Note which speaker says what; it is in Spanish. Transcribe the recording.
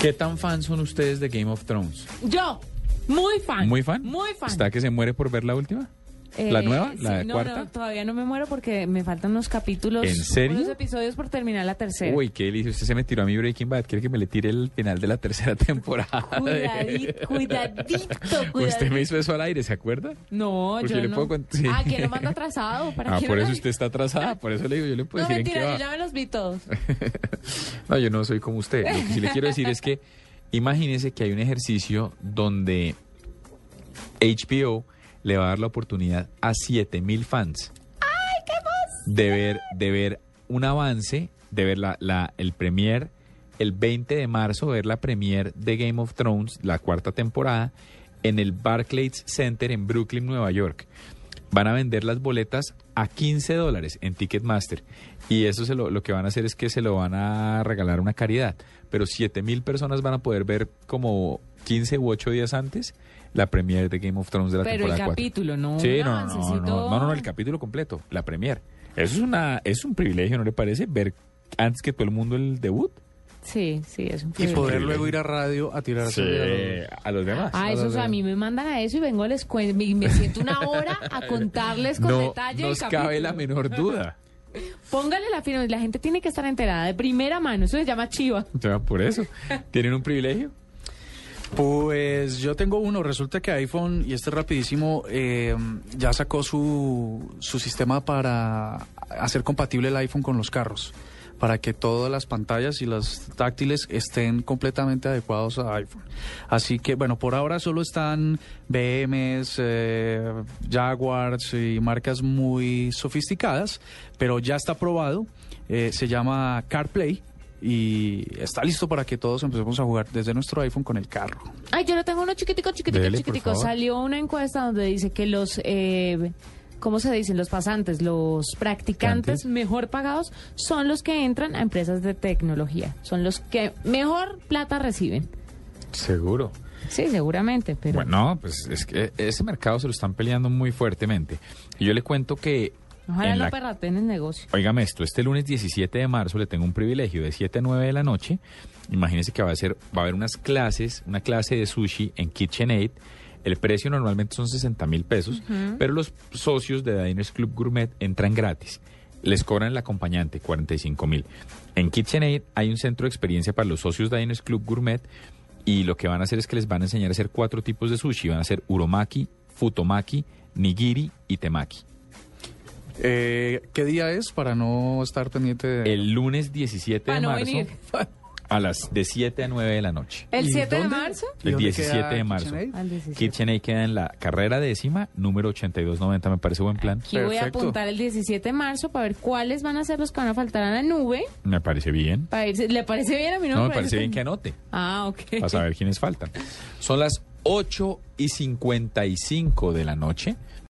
Speaker 1: ¿Qué tan fans son ustedes de Game of Thrones?
Speaker 2: Yo, muy fan.
Speaker 1: ¿Muy fan?
Speaker 2: Muy fan.
Speaker 1: ¿Está que se muere por ver la última? ¿La
Speaker 2: Eh,
Speaker 1: nueva?
Speaker 2: sí,
Speaker 1: ¿La de
Speaker 2: no,
Speaker 1: cuarta?
Speaker 2: no, todavía no me muero porque me faltan unos capítulos.
Speaker 1: ¿En serio?
Speaker 2: Unos episodios por terminar la tercera.
Speaker 1: Uy, qué delicia. Usted se me tiró a mi Breaking Bad. Quiere que me le tire el final de la tercera temporada.
Speaker 2: Cuidadito, cuidadito, cuidadito.
Speaker 1: Usted me hizo eso al aire, ¿se acuerda?
Speaker 2: No,
Speaker 1: Porque
Speaker 2: yo
Speaker 1: yo le
Speaker 2: no.
Speaker 1: puedo cont- sí.
Speaker 2: Ah, que no manda atrasado. ¿Para
Speaker 1: Ah,
Speaker 2: qué
Speaker 1: por
Speaker 2: no
Speaker 1: eso
Speaker 2: la-
Speaker 1: usted está atrasada. Por eso le digo, yo le puedo
Speaker 2: No,
Speaker 1: decir en qué
Speaker 2: mentira,
Speaker 1: va.
Speaker 2: yo ya me los vi todos.
Speaker 1: No, yo no soy como usted. Lo que sí le quiero decir es que imagínese que hay un ejercicio donde HBO le va a dar la oportunidad a 7000 fans. De ver, de ver un avance, de ver la, la- el premier el 20 de marzo, ver la premier de Game of Thrones, la cuarta temporada, en el Barclays Center en Brooklyn, Nueva York van a vender las boletas a 15 dólares en Ticketmaster. Y eso se lo, lo que van a hacer es que se lo van a regalar a una caridad. Pero 7 mil personas van a poder ver como 15 u 8 días antes la premiere de Game of Thrones de la
Speaker 2: Pero el
Speaker 1: temporada 4.
Speaker 2: capítulo, no.
Speaker 1: Sí, no,
Speaker 2: un
Speaker 1: no, no,
Speaker 2: avancecito.
Speaker 1: no, no, no, el capítulo completo, la premier. Eso es, una, es un privilegio, ¿no le parece? Ver antes que todo el mundo el debut.
Speaker 2: Sí, sí, es un
Speaker 3: Y
Speaker 2: privilegio.
Speaker 3: poder luego ir a radio a tirar
Speaker 1: Eh, a los demás.
Speaker 2: Ah, eso, o sea, a mí me mandan a eso y vengo, les cuento, y me siento una hora a contarles con
Speaker 1: no
Speaker 2: detalle
Speaker 1: nos
Speaker 2: el
Speaker 1: cabe
Speaker 2: capítulo.
Speaker 1: la menor duda.
Speaker 2: Póngale la firma, la gente tiene que estar enterada de primera mano, eso se llama chiva.
Speaker 1: O sea, por eso. ¿Tienen un privilegio?
Speaker 3: Pues yo tengo uno. Resulta que iPhone, y este es rapidísimo, eh, ya sacó su, su sistema para hacer compatible el iPhone con los carros. Para que todas las pantallas y las táctiles estén completamente adecuados a iPhone. Así que, bueno, por ahora solo están BMs, eh, Jaguars y marcas muy sofisticadas, pero ya está probado. Eh, se llama CarPlay y está listo para que todos empecemos a jugar desde nuestro iPhone con el carro.
Speaker 2: Ay, yo lo tengo uno chiquitico, chiquitico,
Speaker 1: Dele, por
Speaker 2: chiquitico.
Speaker 1: favor.
Speaker 2: Salió una encuesta donde dice que los, eh, ¿cómo se dicen? Los pasantes, los practicantes
Speaker 1: Practicantes.
Speaker 2: mejor pagados son los que entran a empresas de tecnología, son los que mejor plata reciben.
Speaker 1: Seguro.
Speaker 2: Sí, seguramente, pero...
Speaker 1: Bueno, pues es que ese mercado se lo están peleando muy fuertemente. Y yo le cuento que...
Speaker 2: Ojalá
Speaker 1: en
Speaker 2: no
Speaker 1: la-
Speaker 2: perraten el negocio.
Speaker 1: Óigame esto, este lunes 17 de marzo le tengo un privilegio de 7 a 9 de la noche. Imagínense que va a, ser, va a haber unas clases, una clase de sushi en KitchenAid. El precio normalmente son 60 mil pesos, pero los socios de Diners Club Gourmet entran gratis. Les cobran el acompañante, 45 mil. En KitchenAid hay un centro de experiencia para los socios de Diners Club Gourmet y lo que van a hacer es que les van a enseñar a hacer cuatro tipos de sushi. Van a hacer uromaki, futomaki, nigiri y temaki.
Speaker 3: Eh, ¿Qué día es para no estar pendiente de...
Speaker 1: el lunes 17
Speaker 2: Para
Speaker 1: de
Speaker 2: no
Speaker 1: marzo
Speaker 2: venir.
Speaker 1: a las de 7 a 9 de la noche.
Speaker 2: ¿El
Speaker 3: ¿Y
Speaker 2: 7 de
Speaker 3: dónde?
Speaker 2: marzo?
Speaker 3: ¿Y
Speaker 1: El
Speaker 3: dónde
Speaker 1: 17
Speaker 3: queda
Speaker 1: de marzo.
Speaker 3: KitchenAid?
Speaker 2: Al 17.
Speaker 1: KitchenAid queda en la carrera décima, número 8290, me parece buen plan.
Speaker 2: Aquí voy a
Speaker 3: Perfecto.
Speaker 2: apuntar el 17 de marzo para ver cuáles van a ser los que van a faltar a la nube.
Speaker 1: Me parece bien.
Speaker 2: Para irse- ¿Le parece bien a mí?
Speaker 1: No,
Speaker 2: No, pues.
Speaker 1: me parece bien que
Speaker 2: tan-
Speaker 1: anote,
Speaker 2: Ah, ok.
Speaker 1: para saber quiénes faltan. Son las 8 y 55 de la noche.